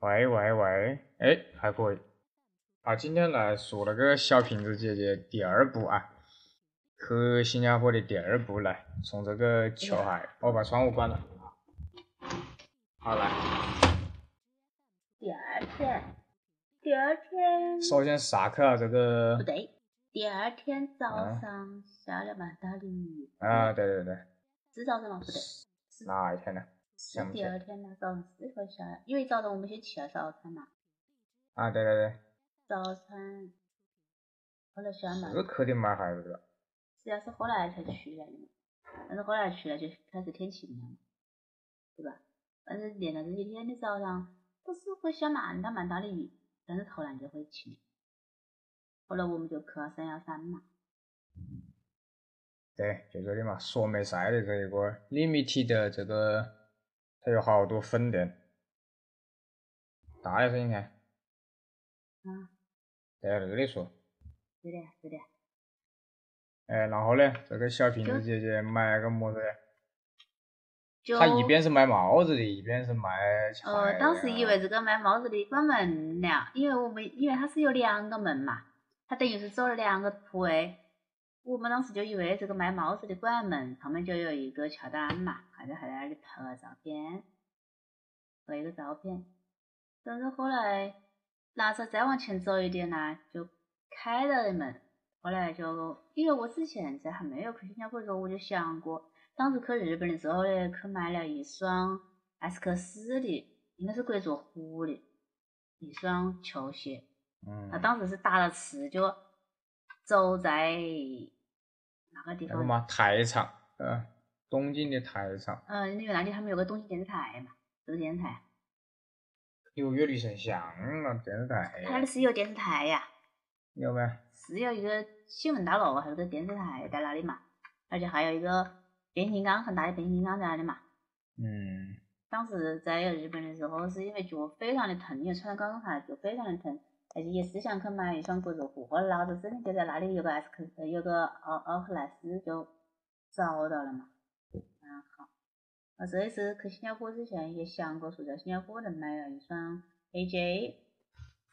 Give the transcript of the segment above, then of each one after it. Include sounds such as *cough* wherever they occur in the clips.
喂喂喂，哎，还可以。好，今天来说那个小瓶子姐姐第二部啊，去新加坡的第二部来，从这个球鞋，我把窗户关了。好来，第二天，第二天首先啥去啊？这个不对，第二天早嗯上下了蛮大的雨。啊，，对对对，是早上吗？不对，哪一天呢？想是不起第来二天呢，早上四点下了，因为早上我们先吃了早餐嘛，啊，对对对，早餐后来下蛮是去的吗？还是个？实际上是后来才去了的嘛，但是后来去了就开始天晴了嘛，对吧？但是连了这几天的早上都是会下蛮大蛮大的雨，但是突然就会晴。后来我们就去了三幺三嘛，对，就这里嘛，索梅赛的这一个 Limit 的这个，它有好多分店。大点声音看。啊。在这里说，对的对的，哎，然后呢，这个小瓶就子姐姐买个么子嘞？就她一边是卖帽子的，一边是卖鞋的。呃，当时以为这个卖帽子的关门了，因为我们因为它是有两个门嘛，它等于是走了两个铺位。我们当时就以为这个卖帽子的关门，旁边就有一个乔丹嘛，反正还在那里拍了照片，拍一个照片。但是后来，那时候再往前走一点呢，就开了门。后来就因为我之前在还没有去新加坡的时候，我就想过，当时去日本的时候呢，去买了一双艾斯克斯的，应该是贵族虎的一双球鞋。嗯，他啊当时是打了赤脚，走在哪个地那个方？嘛，台场，呃，东京的台场嗯、因为那里他们有个东京电视台嘛，这个电视台，有粤女神像啊，电视它那台是有电视台呀，有没？是有一个新闻大楼，还有个电视台在那里嘛，而且还有一个变形金刚很大的变形金刚在那里嘛。嗯，当时在日本的时候，是因为脚非常的疼，因为穿了高跟鞋脚非常的疼，而且也是想去买一双贵族裤，后来老子真的就在那里有个 S 克，呃有个奥奥克莱斯就找到了嘛，啊然后，我这一次去新加坡之前也想过说在新加坡能买了一双 AJ，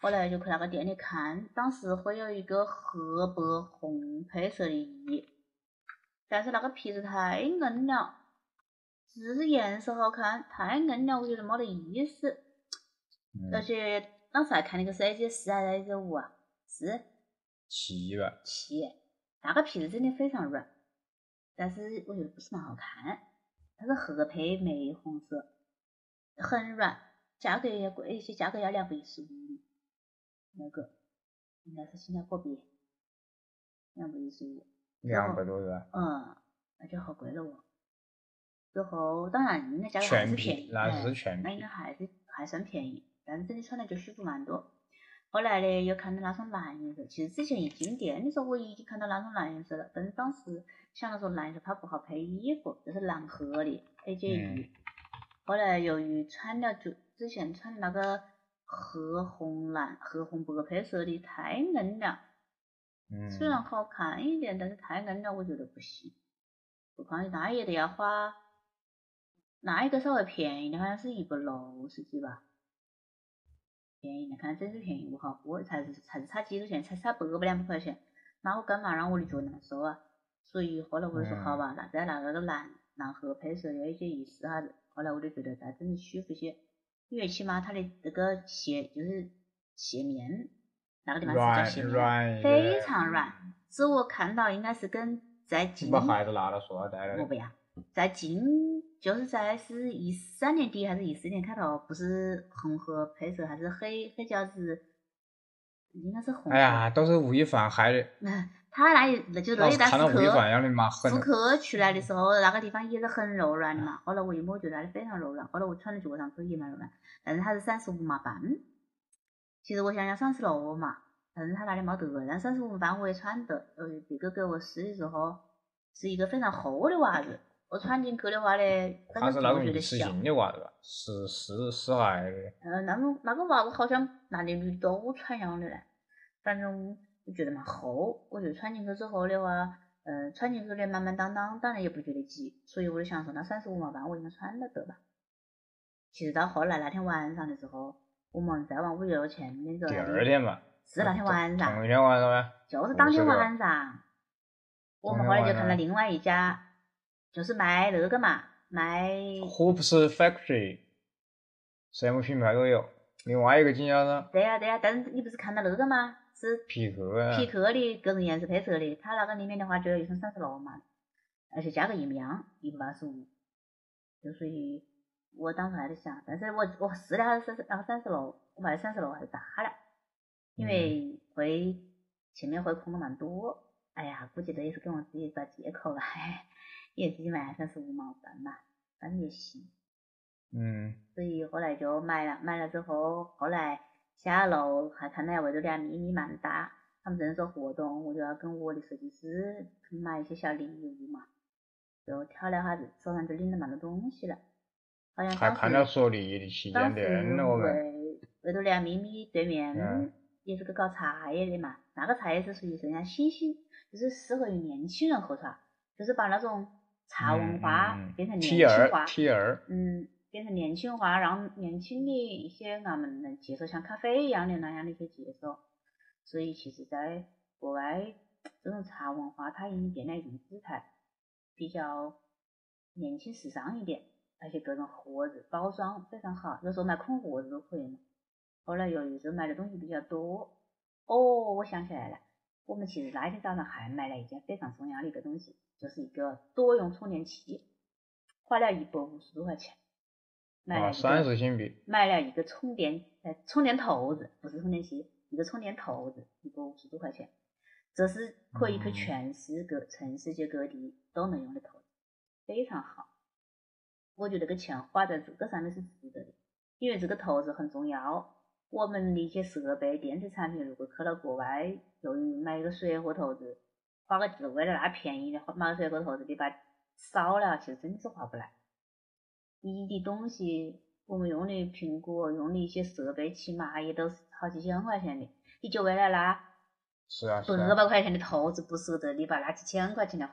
后来就去那个店里看，当时会有一个褐白红配色的衣，但是那个皮子太硬了。只是颜色好看，太硬了，我觉得没得意思。嗯而且当时还看那个是 A 级四还是 A 级五啊？是七吧。七，那个皮子真的非常软，但是我觉得不是蛮好看。它是合配玫红色，很软，价格也贵一些，价格要两百一十五。那个应该是新加坡币，两百一十五。两百多是吧？嗯，那就好贵了哦。之后当然应该价格还全是便皮宜，，那哎是全那应皮该。还是还算便宜，但是真的穿的就舒服蛮多。后来呢，又看到那双蓝颜色，其实之前一进店的时候我已经看到那双蓝颜色了，但是当时想着说蓝色它不好配衣服，这是蓝盒的 AJ 嗯一。后来由于穿了就之前穿的那个褐红蓝褐红白配色的太硬了，嗯，虽然好看一点，但是太硬了，我觉得不行。我看那也得要花，那一个稍微便宜的，好像是一百六十几吧，便宜的，看真是便宜。我靠，我才是才是差几十块钱，才差百把两百块钱，那我干嘛让我的脚难受啊？所以后来我就说嗯好吧，那再拿那个蓝蓝盒配色的一些意思哈子。后来我就觉得它真是舒服些，因为起码它的这个鞋就是鞋面，那个地方是叫软鞋面。软一非点常软。是我看到应该是跟在你今，把我鞋子拿到塑料袋了不要，在今就是在是一三年底还是一四年开头，不是红河配色还是黑黑胶子，应该是红。哎呀，，都是吴亦凡害的，他那一就那当一时代看到复吴亦凡刻，样的蛮狠复的。刻出来的时候，那个地方也是很柔软的嗯嘛。后来我一摸就那里非常柔软，后来我穿在脚上去也蛮柔软，但是它是三十五码半。其实我想想三十六嘛，但是他那里没得，但三十五码半我也穿得，呃，别个给我试的时候是一个非常厚的袜子，我穿进去的话嘞，但它是是脚那种觉一得次小。性的袜子吧，是是是鞋的。呃，那种那个袜子好像哪里绿豆穿样的嘞，反正我觉得蛮厚，我觉得穿进去之后的话，嗯、穿进去的满满当当，当然也不觉得挤，所以我就想说，那三十五毛半我应该穿得得吧。其实到后来那天晚上的时候，我们再往五月前那个第二天吧，是那天晚上，同一天晚上吗？就是当天晚上，我们后来就看到另外一家，就是卖那个嘛，卖 Hoops Factory，什么品牌都有。另外一个经销商对呀、对呀、但是你不是看到那个吗？是匹克啊，匹克的各种颜色配色的，它那个里面的话只有一双三十六嘛，而且价格一模一样，一百八十五，就属于我当时还在想，但是我我试了还是三十，然后三十六，我买了三十六还是大了，因为会前面会空了蛮多，哎呀，估计这也是给我自己找借口吧，哎， *laughs* 也自己买了三十五毛三嘛，反正也行。嗯，所以后来就买了，买了之后，后来下楼还看到外头两迷你曼达，他们正做活动，我就要跟我的设计师买一些小礼物嘛，就挑了哈子，手上就拎了蛮多东西了，好像还哎当看时到索尼的旗当舰时店了，我们为为了两米米对面嗯也是个搞茶叶的嘛，那个茶叶是属于人家新兴，就是适合于年轻人喝茶，就是把那种茶文化嗯嗯嗯变成年 T 轻二化。 T 二，嗯，变成年轻化，让年轻的一些俺们能接受像咖啡一样的那样的一些接受。所以其实在国外这种茶文化，它已经变了一种姿态，比较年轻时尚一点，而且各种盒子包装非常好，有时候买空盒子都可以嘛。后来由于这买的东西比较多，哦，我想起来了，我们其实那一天早上还买了一件非常重要的一个东西，就是一个多用充电器，花了一百五十多块钱，买了啊，一三个十新币，买了一个充电呃充电头子，不是充电器，一个充电头子，一百五十多块钱，这是可以去嗯全世界全世界各地都能用的头子，非常好。我觉得这个钱花在这个上面是值得的，因为这个投资很重要。我们的一些设备、电子产品，如果去了国外，由于买个水果头子，花个几为了那便宜的买个水果头子，你把少了，其实真的是花不来。你的东西，我们用的苹果，用的一些设备，起码也都是好几千块钱的，你就为了那是啊是八啊，百块钱的投资不舍得，你把那几千块钱的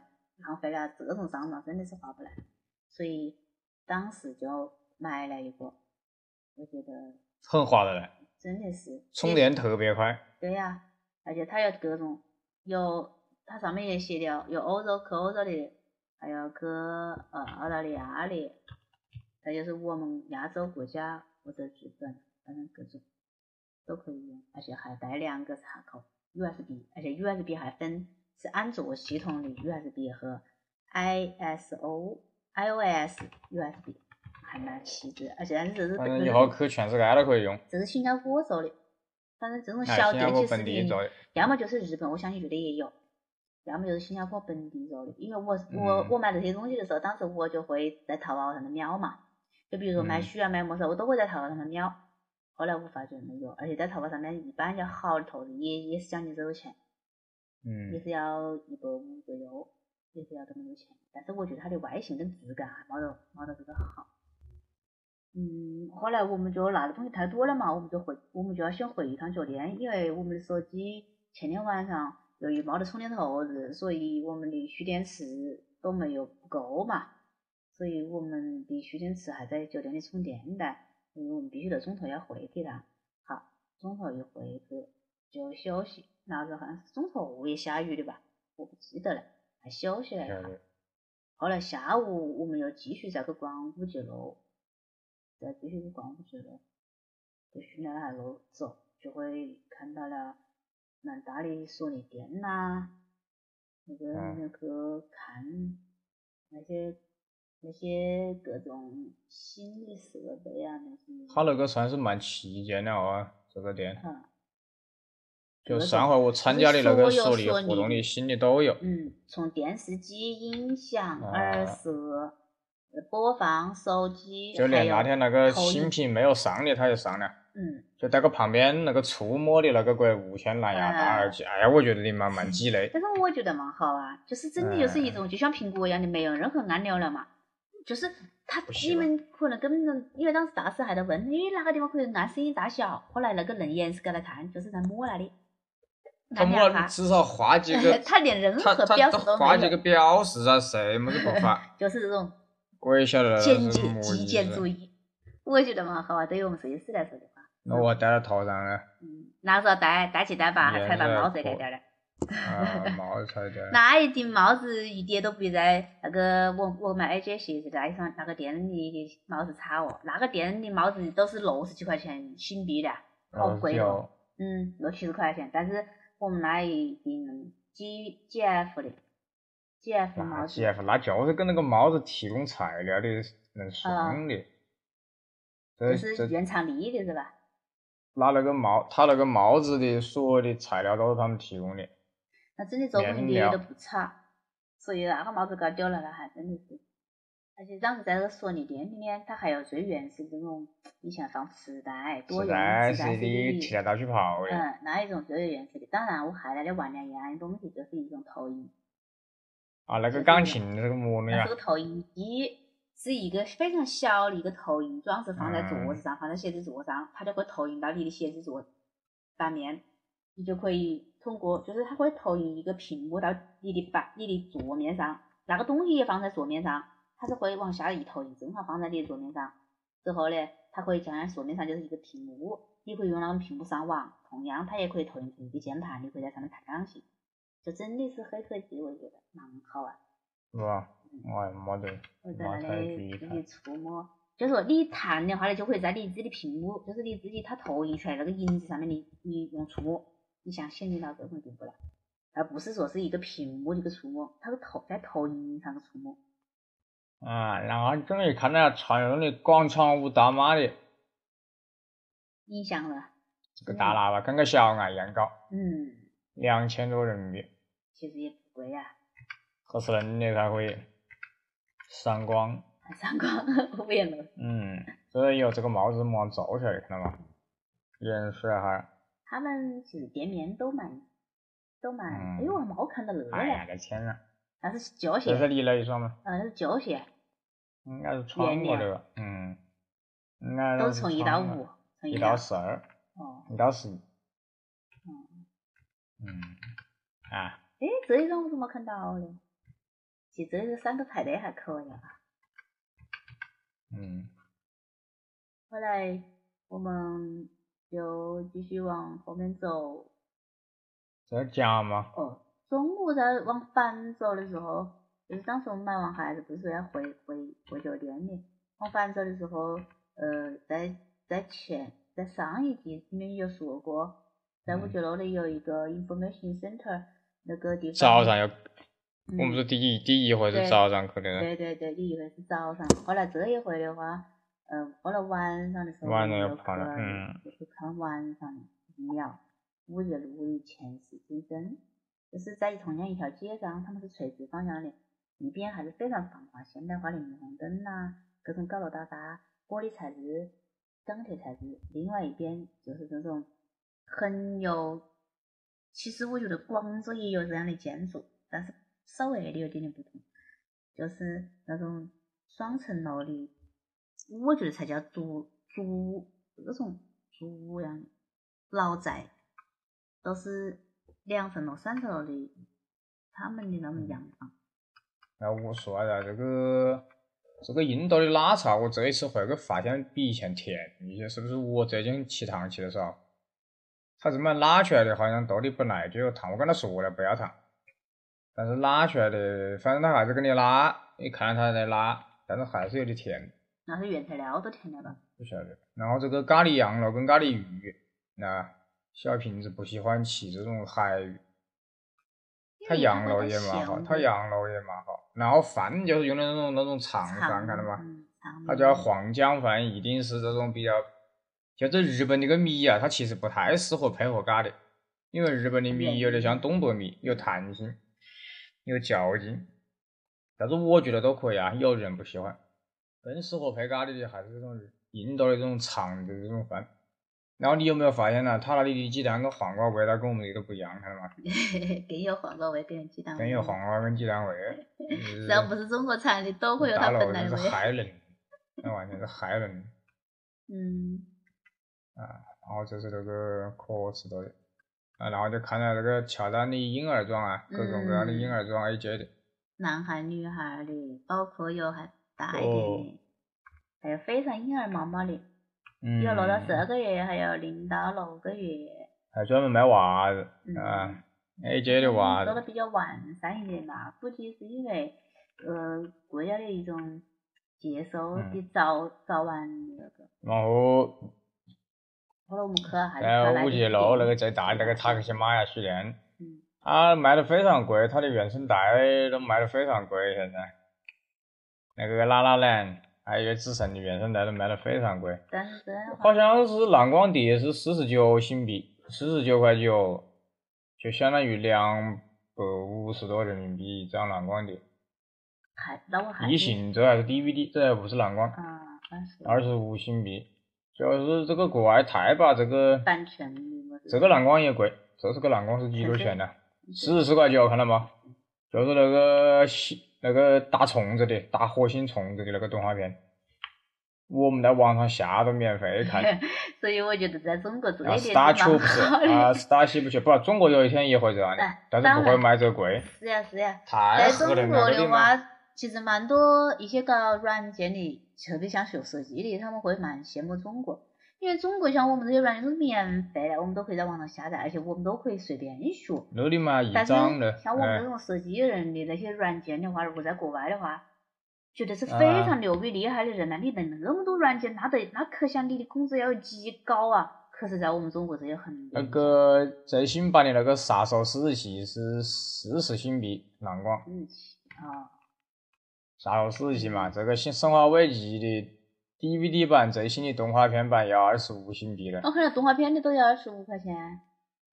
浪费了，这种上当真的是划不来。所以当时就买了一个，我觉得很划得来，真的是充电特别快，对呀、而且它有各种有，它上面也写了有欧洲去欧洲的，还有去呃澳大利亚的，再就是我们亚洲国家或者日本，反正各种都可以用，而且还带两个插口 USB，而且 USB 还分是安卓系统的 USB 和 ISO iOS USB，还蛮细致，而且但是这是反正以后去全世界都可以用。这是新加坡做的，反正这种哎，小新加电坡器本视地频做的，要么就是日本，我相信觉得也有；要么就是新加坡本地做的。因为我我嗯我买这些东西的时候，当时我就会在淘宝上面瞄嘛，就比如说买嗯书啊、买么子，我都会在淘宝上面瞄。后来我发觉没有，而且在淘宝上面一般要好的投资也也是将近这个钱，也嗯，是要一百五左右，也是要这么多钱。但是我觉得它的外形跟质感还没得没得这个好。嗯，后来我们就拿的东西太多了嘛，我们就回，我们就要先回一趟酒店，因为我们的手机前天晚上由于没得充电头子，所以我们的蓄电池都没有不够嘛，所以我们的蓄电池还在酒店里充电的，所以我们必须得中途要回去的。好，中途一回去就休息，那时候好像是中途也下雨的吧，我不记得了，还休息了一下晓。得后来下午我们又继续再去逛五级路，再继续去逛五级路，就顺着那条路走，就会看到了蛮大的索尼店呐、那个嗯那个看那些那些各种新的设备啊那些。他那个算是蛮旗舰了啊，这个店。嗯就上回我参加的那个索尼活动里，新的都有。嗯，从电视机、音响、啊耳塞、呃播放、手机，就还连那有天那个投影新品没有上的，他就上了。嗯，就那个旁边那个触摸的那个鬼无线蓝牙大啊耳机，哎呀，我觉得你妈蛮鸡 *laughs* 肋。但是我觉得蛮好啊，就是真的嗯就是一种就像苹果一样的，没有任何按钮了嘛，就是他不你习惯们可能根本因为当时大师还在问，诶，哪个地方可以按声音大小？后来那个人演示给他看，就是在摸那里，他按摸两下，至少画几个， *laughs* 他连任他何他标他识都画没几个有，标识啊，什么都不发。就是这种我也晓得那简是洁么极意简主思。义，我觉得蛮好啊，对于我们设计师来说的话，那我戴到头上 *laughs* 了，嗯，拿着戴戴起戴吧，还才把帽子给戴了。啊，帽子才戴。那一顶帽子一点都不在那个我我买 AJ 鞋子那一双那个店里的帽子差哦，那个店里的帽子都是六十几块钱新币的，好贵哦。嗯，六七十块钱，但是我们那一顶 G G F 的啊 G F 帽那子， GF 那就是跟那个帽子提供材料的能送的。啊就这是这原厂立的是吧？拿那个帽，他那个帽子的所有的材料都是他们提供的。那真的做工一点都不差，所以啊那个帽子搞丢了，那还真的是。而且当时在这个索尼店里面，它还有最原始的那种以前放磁带、多实用在磁是带的提 CD，来到去跑的，嗯，那一种最原始的。当然，我还来的玩两样东西，就是一种投影，啊，那个钢琴这个啊么弄那呀这个，投影机是一个非常小的一个投影装置，放在桌子上，放在写字桌上，它就会投影到你的写字桌版面，你就可以通过，就是它会投影一个屏幕到你的版、你的桌面上，那个东西也放在桌面上，它是会往下一投影，正好放在你的桌面上。之后呢，它可以将来桌面上就是一个屏幕，你可以用那个屏幕上网，同样它也可以投影成一个键盘，你可以在上面弹钢琴，就真的是黑科技，我觉得蛮好玩。是吧？哎，没得，我在那茅台里地自毯己触摸，就是说你弹的话呢，就会在你自己的屏幕，就是你自己它投影出来那个影子上面，你你用触摸，你想陷入到这种地步了，而不是说是一个屏幕的一个触摸，它是投在投影上的触摸。啊，然后终于看到常用的广场舞大妈的音响了，这个大喇叭，跟个小矮一样高，嗯，两千多人民币，其实也不贵呀、可是人的才会闪光。啊，上 *laughs* 光五颜六色。嗯，这有这个帽子蛮皱起来的，看到吗？颜色还，他们其实店面都蛮都蛮，哎嗯呦，我还没看到那个哎呀，嘞，个天呐，那是旧鞋这，是你那一双吗？嗯，那是旧鞋，应该是穿过的吧？嗯，应该啊都都是从一穿到过的五，，从一到到十二，哦。一到十一。嗯，啊，诶，这一张我怎么看到嘞？其实这三个排队还可以啊。嗯，后来我们就继续往后面走。这讲嘛，哦，中午在往返走的时候，就是当时我们买完孩子不是说要回回回酒店的，往返走的时候，呃，在在前在上一集里面有说过，在五嗯九楼里有一个 information center 那个地方。早上要，嗯我们是第一第一回对是早上去的，对对对，第一回是早上，后来这一回的话，嗯，后来晚上的时候晚上我又就跑了看嗯就是看晚上的庙，五日路与前世今生，就是在同样一条街上，他们是垂直方向的，里边还是非常繁华现代化的霓虹灯呐、各种高楼大厦、玻璃材质、钢铁材质，另外一边就是这种很有，其实我觉得广州也有这样的建筑，但是稍微的有点点不同，就是那种双层楼的，我觉得才叫住住那种住屋样的老宅，都是两层楼、三层楼的，他们的那种洋房。然后我说一下这个这个印度的奶茶，我这一次回去发现比以前甜一些，是不是我最近吃糖吃的少？它这么拉出来的，好像豆里本来就有糖，我跟他说了不要糖，但是拉出来的，反正它还是给你拉，你看它在拉，但是还是有点甜，那是原材料都填了吧？不晓得。然后这个咖喱羊肉跟咖喱鱼，那小瓶子不喜欢吃这种海鱼，它羊肉也蛮好，它羊肉也蛮好。然后饭就是用的那种那种长饭，看到吗？嗯，它叫 *laughs* 黄姜饭，一定是这种比较，就这日本这个米啊，它其实不太适合配合咖喱，因为日本的米有点像东北米，有弹性，有嚼劲。但是我觉得都可以啊，有人不喜欢，更适合配咖喱的还是这种印度的这种长的这种饭。然后你有没有发现呢、它那里的鸡蛋跟黄瓜味道跟我们这里都不一样，看到吗？更有黄瓜味，更有鸡蛋味。更有黄。瓜跟鸡 *laughs* 蛋味。只要不是中国产的，都会有它大佬本来那的是味。害呃人，那完全是害人。嗯，然后就是那个可吃多的，啊，然后就看到那个乔丹的婴儿装啊，各种各样的婴儿装 AJ 的，男孩、女孩的，包括有还大一点哦的，还有非常婴儿毛毛的，嗯，有六到十二个月，还有零到六个月。还专门买袜子嗯，啊，A J 的袜做的子，比较完善一点嘛，估计是因为呃国家的一种接收嗯的早早晚那个。然后后来我们去还是在来五级哎楼那个最大的那个塔克西玛雅书店，嗯，它卖的非常贵，它的原声带都卖的非常贵，现在那个拉拉兰还有子晨的原声带都卖的非常贵，但是这样的话好像是蓝光碟是四十九新币，四十九块九，就相当于两百五十多人民币一张蓝光碟，还那我还一是行这还是 DVD，这还不是蓝光，啊，但是二十五新币，就是这个国外太把这个版权的嘛，这个蓝光也贵，这是个蓝光是几多钱呢？嗯四十块九，看到吗？就是那个西那个打虫子的，打火星虫子的那个动画片，我们在网上下都免费 *laughs* 看。所以我觉得在中国做啊一点是蛮好，Starship 啊的。 ，Starship 去，不，中国有一天也会这样的 *laughs* 哎，但是不当会然卖这贵。是呀是呀，太在黑了，中国啊那个的地方。话，其实蛮多一些搞软件的，特别像学设计的，他们会蛮羡慕中国，因为中国像我们这些软件都是免费啊的，我们都可以在网上下载，而且我们都可以随便学。那里嘛，一但是张的，像我们哎这，种设计人的那些软件的话，如果在国外的话，觉得是非啊常牛逼厉害的人了、你能那么多软件，那得那可想你的工资要有几高啊！可是，在我们中国这些很那个最新版的那个《杀手四十七》是四十新币蓝光，嗯啊，杀手四十七嘛，这个新《生化危机》的 DVD 版最新的动画片版要二十五新币了，我看到动画片的都要二十五块钱，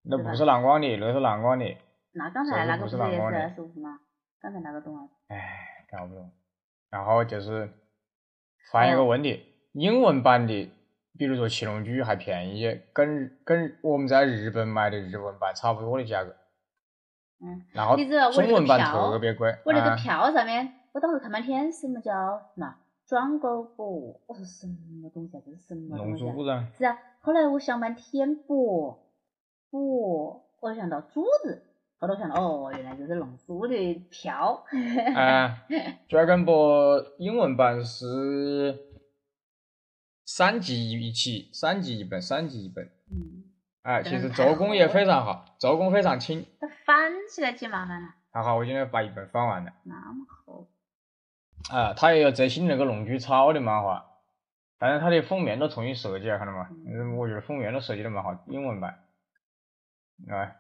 那不是蓝光的，那是蓝光的，那刚这才个那不个不是是蓝也光是的二十五吗？刚才那个动画唉，搞不懂。然后就是发哦现一个问题，英文版的，比如说《七龙珠》还便宜一些，跟跟我们在日本买的日文版差不多的价格。嗯，然后你知道我中那个文版票特别贵，我那个啊票上面，我当时看半天什么叫什么装狗狗，我说什么东西啊，这是什么龙东西珠啊？不然是啊，后来我想半天，不不，我想到珠子，后来我想到哦，原来就是龙珠的票，啊，《Dragon Ball》英文版是三集一期，三集一本，三集一本。 *laughs* 嗯，哎，真其实的太轴工也好非常好，轴工非常轻。它翻起来挺麻烦了，还好我今天把一本翻完了。那么厚，啊，它也有最新那个《龙珠超》的漫画，反正它的封面都重新设计了，看到吗？嗯，我觉得封面都设计的蛮好，英文版，啊，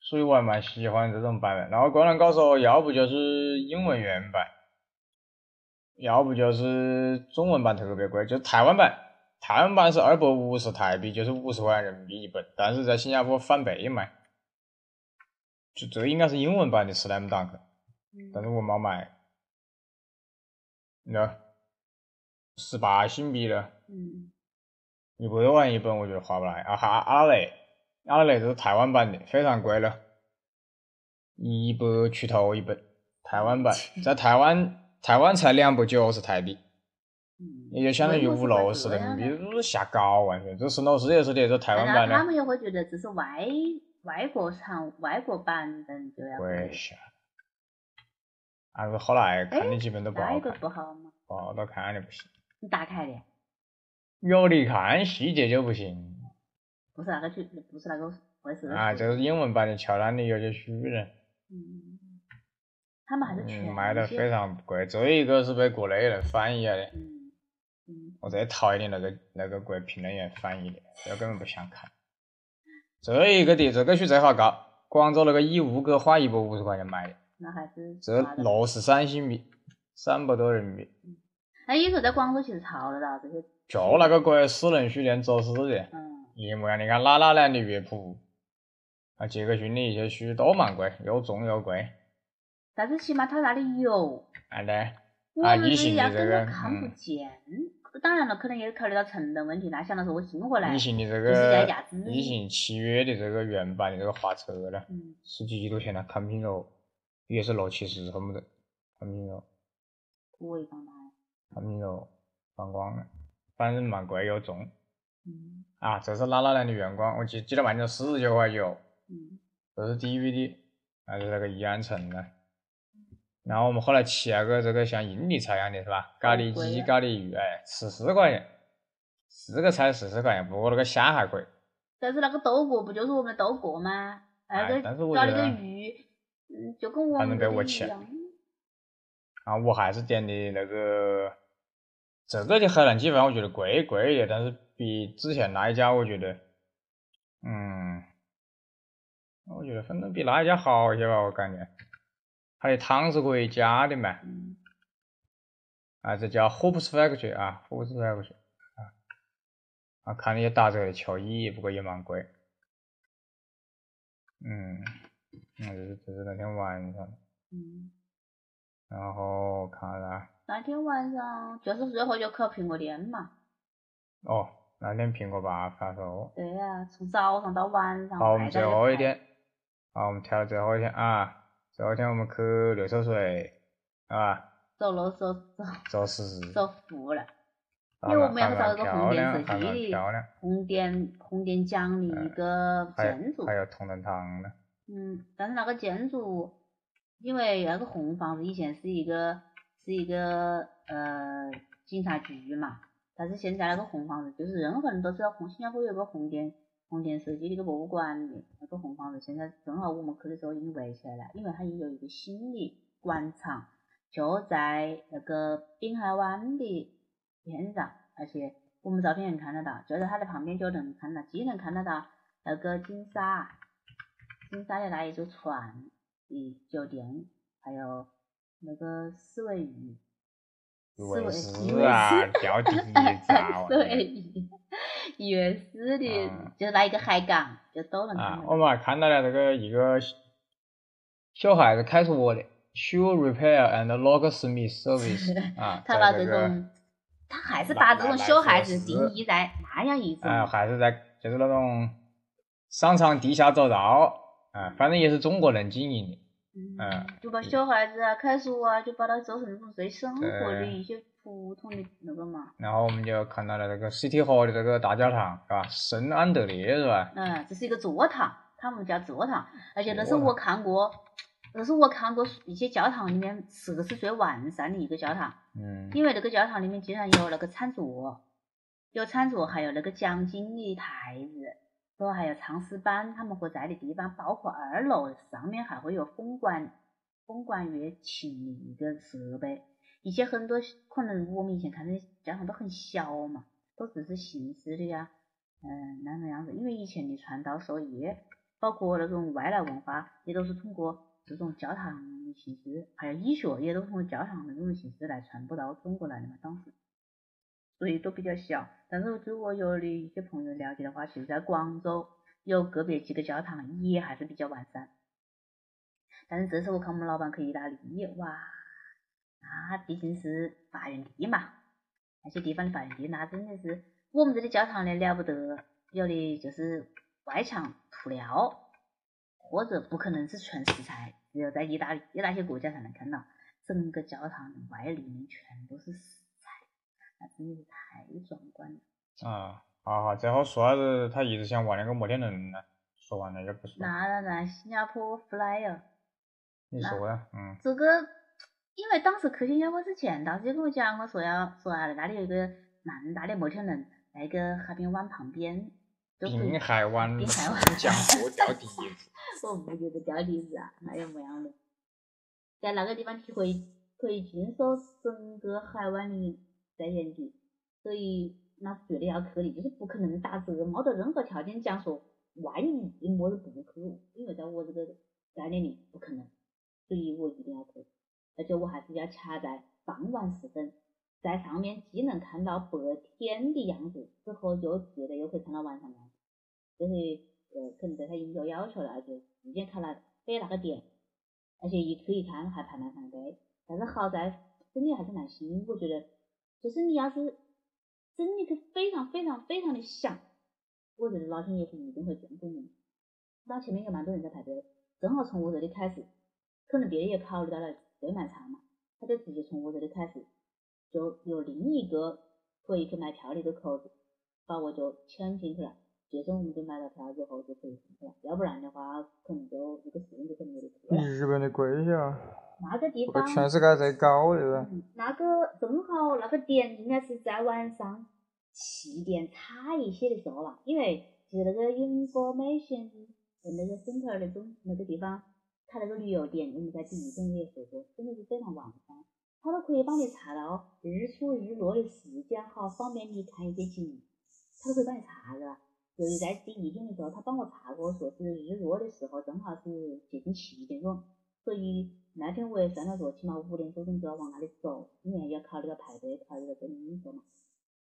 所以我还蛮喜欢这种版本。然后《灌篮高手》要不就是英文原版，要不就是中文版特别贵，就是台湾版。台湾版是二百五十台币，就是五十块人民币一本，但是在新加坡翻倍卖。就这应该是英文版的《Slam Dunk》。但嗯，是我没买，那十八新币了，嗯，一百多万一本，我觉得划不来。啊哈，阿雷，阿雷这是台湾版的，非常贵了，一百出头一本，台湾 *laughs* 版在台湾台湾才两百九十台币，嗯也就相当于五六十我也不人是民这币，就是瞎搞完啊全。这《神斗士》也是的，这台湾然后版他的，们也会觉得这是外外国产外国版本就要贵贵，些。啊，我后来看的几本都不那好哎一个看，不好吗？不好都看的不行。你打开的，有的看细节就不行。不是那个剧，不是那个回事的啊，书这是英文版的乔丹的有些书呢，嗯，他们还是啊全嗯，卖的一些非常贵。这一个是被国内人翻译的，嗯嗯，我最讨厌的那个那个国评论员翻译的，我根本不想看。这一个的这个书最好搞，广州那个义乌哥花一百五十块钱买的，那还是这划得来六十三新币，三百多人民币，哎，也是在广州其实潮了啦，这些就那个鬼私人书店走私的，嗯一模一样。你看拉拉兰的乐谱，啊，杰克逊的一些书都蛮贵，又重又贵，，但是起码它那里有，啊对。我啊们异这性的里压这根个本看不嗯见。当然了，可能也考虑到成本问题啦，想到说我进过来疫，情的这就是在个雅姿疫情七月的这个原版的这个花车呢，嗯，十几多钱呢，看不清楚，也是六七十恨不得，看不清楚，我也刚来，看不清楚，反光了，反正蛮贵又重嗯啊。这是拉拉兰的原光，我记记得蛮清，四十九块九，嗯这是 DVD，还是那个宜安城的。然后我们后来吃那个这个像印尼菜一样的是吧？咖喱好贵啊鸡、呀咖喱鱼，哎，十四块钱，十个才四十块钱，不过那个虾还贵。但是那个德国不就是我们德国吗？那哎个但是我搞那觉得个鱼，嗯，就跟我反正们给这我个一钱样。啊，我还是点的那个，这个的海南鸡饭，我觉得贵贵一点，但是比之前那一家，我觉得，嗯，我觉得反正比那一家好一些吧，我感觉。它的汤是可以加的嘛，嗯，啊，这叫 h o p s f a c t o r y 啊 h o p s f a c t o r y 啊，啊，看了也打折的秋衣，不过也蛮贵。嗯，嗯，这是这是那天晚上，嗯，然后看了。那天晚上就是最后就去苹果店嘛。哦，那天苹果吧发售，对呀、从早上到晚上。好，我们最后一。天，好，我们挑最后一天啊，最后一天我们去流臭水啊，走路走走走狮子，走服了，打因为扮我们要打找扮漂一个红点亮，设打扮计漂亮，嗯红点红点奖的一个还建有筑还。有同仁堂呢，嗯，但是那个建筑，因为那个红房子以前是一个是一个呃警察局嘛，但是现在那个红房子就是任何人都知道红，新加坡有个红点红点设计的一个博物馆的那个红房子，现在正好我们去的时候已经围起来了，因为它也有一个新的广场，就在那个滨海湾的边上，而且我们照片能看得到，就在它的旁边就能看到，既能看得到那个金沙。金沙的那一艘船，嗯，酒店，还有那个四位鱼，以四为位是啊，掉 *laughs* 地哎咋四玩位意？鱼，鱼尾狮的，嗯就是那一个海港，就都能看啊得，我到。，们还看到了这个一个小小孩子开除我的 shoe repair and log smith service 啊 *laughs* 他在把这这个种，他还是来把这来种来小说孩子是定义在那样一种啊、还是在就是那种商场地下走道，啊、反正也是中国人经营的，嗯嗯，就把小孩子啊、开锁啊，就把它做成那种最生活的对一些普通的那个嘛，然后我们就看到了这个 City Hall 的这个大教堂，是吧？圣安德烈是吧？嗯，这是一个座堂，他们叫座堂，而且那是座我看过，那是我看过一些教堂里面设施最完善的一个教堂，嗯，因为那个教堂里面竟然有那个餐桌，有餐桌，还有那个奖金的台子，然后还有长石板，他们会在的地方，包括二楼上面还会有风管风管乐琴的一个设备，一些很多可能我们以前看的教堂都很小嘛，都只是形式的呀，嗯，那种样子，因为以前的传道授业，包括那种外来文化，也都是通过这种教堂的形式，还有医学也都通过教堂的这种形式来传播到中国来的嘛，当时，所以都比较小。但是据我有的一些朋友了解的话，其实在广州有个别几个教堂也还是比较完善。但是这次我看我们老板去意大利，哇，那毕竟是发源地嘛，那些地方的发源地，那真的是我们这里教堂呢了不得，有的就是外墙涂料，或者不可能是纯石材，只有在意大利那些国家才能看到，整个教堂的外立面全都是石材，那真的是太壮观了。啊，好好，最后说啥子？他一直想玩那个摩天轮呢，说完了就不说，那那那新加坡 flyer。你说呀，嗯，这个，因为当时去新加坡之前，当时就跟我讲，我说要说啊，那里有一个蛮大的摩天轮，在一个海边湾旁边，就可以滨海湾，滨海湾讲过掉地， *laughs* 我不觉得掉地址啊，那又么样的？在那个地方，你可以可以尽收整个海湾的在眼底，所以那是绝对要去的，就是不可能打折，没得任何条件讲说万一么子不去，因为在我这个概念里不可能，所以我一定要去，而且我还是要卡在傍晚时分。在上面既能看到白天的样子，之后又觉得又可以看到晚上的样子，就是呃，可能对他已经有要求了，而且直接看了飞那个点，而且一去一看还排满长队。但是好在真的还是蛮幸运，我觉得，就是你要是真的是非常非常非常的想，我觉得老天爷是一定会眷顾你。那前面有蛮多人在排队，正好从我这里开始，可能别人也考虑到了队蛮长嘛，他就直接从我这里开始，就有另一个可以去买票的一个口子，把我就牵进去了。学生我们就买了票之后就可以进去了，要不然的话可能就一个时间就可能有点去比了。日本的贵些啊，那个地那方个全世界最高的噻。嗯，那个正好那个点应该是在晚上起点差一些的时候啦，因为就是那个 information 的那个 center 那种那个地方，它那个旅游点我们在第一点也说过，真的是非常完善，它都可以帮你查到日出日落的时间，好方便你看一些景，它都可以帮你查的。由于在第一天的时候，他帮我查过，说是日落的时候正好是接近七点钟，所以那天我也算了说，起码五点多钟就要往那里走，因为要考虑到排队，考虑到这个因素嘛。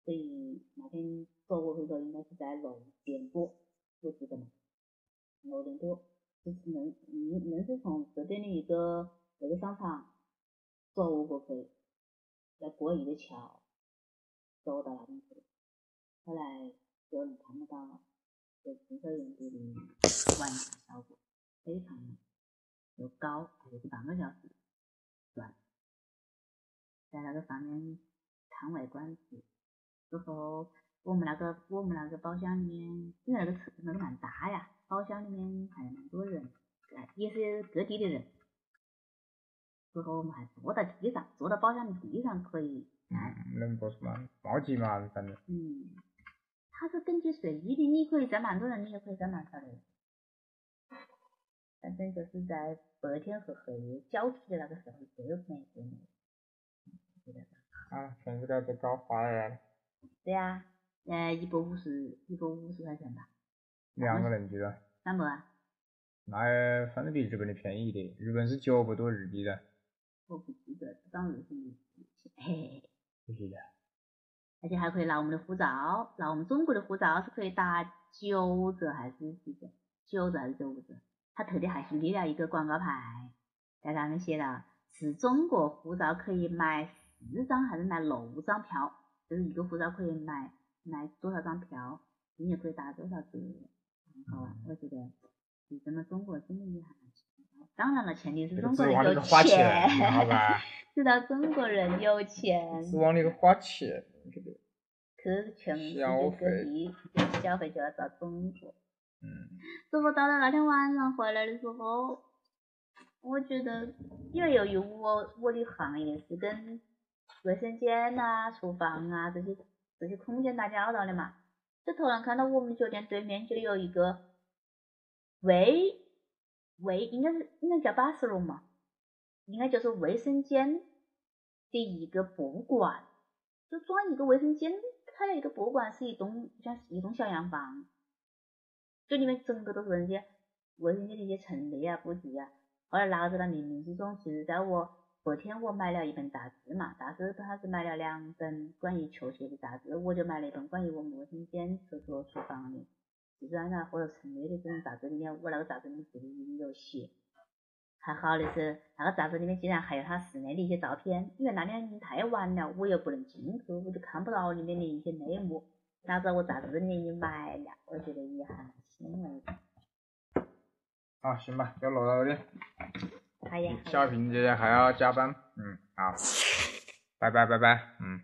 所以那天走过去的时候，应该是在六点多，我记得嘛，六点多，就是能嗯能能是从这边的一个那个商场走过去，要过一个桥，走到那边去，后来就能看得到。对整个人的观察效果非常有高，还有半个小时短，在那个房间摊位关系，然后我们那个我们那个包厢里面，因为那个厕那个蛮大呀，包厢里面还有蛮多人，哎也是各地的人，然后我们还坐到地上，坐到包厢的地上可以嗯，能不是嘛，毛几嘛，反正嗯，它是根据随意的，你可以站蛮多人，你也可以站蛮少的人。反正就是在白天和黑夜交替的那个时候最美最美。啊，全部在这搞花了，对呀、呃，一百五十，一百五十块钱吧，两个人去了，那么啊那反正比日本的便宜一点，日本是九百多日币的，我不记得，当时是嘿嘿嘿，不记得，而且还可以拿我们的护照，拿我们中国的护照是可以打九折还是几折？九折还是九五折？他特地还是立了一个广告牌，在上面写了持中国护照可以买四张还是买六张票，就是一个护照可以买买多少张票，你也可以打多少折，很好玩。我觉得你咱们中国真的厉害。当然了，前提是这中个国指人望那有个花钱，好吧？ *laughs* 啊知道中国人有钱，指望那个花钱，这个可是全世界消各费地消费就要找中国。嗯，主播到了那天晚上回来的时候，我觉得，因为由于我我的行业是跟卫生间呐、厨房啊这些这些空间打交道的嘛，就突然看到我们酒店对面就有一个卫卫应该是应该叫 bathroom 嘛，应该就是卫生间的一个博物馆，就装一个卫生间开了一个博物馆，是一栋像一栋小洋房。就里面整个都是人家卫生间的一些陈列啊、布局啊。后来拿着那冥冥之中，其实在我白天我买了一本杂志嘛，杂志他是买了两本关于球鞋的杂志，我就买了一本关于我们卫生间、厕所、厨房的，就是按照啊或者陈列的这种杂志里面，我那个杂志里面其实已经有写。还好的是，那个杂志里面竟然还有他室内的一些照片，因为那天已经太晚了，我又不能进去，我就看不到里面的一些内幕。哪知道我杂志里面已经买了，我觉得也还蛮欣慰的。好，行吧，就录到这里，好呀，好呀 *laughs* 小平姐姐还要加班，嗯，好，拜拜拜拜，嗯。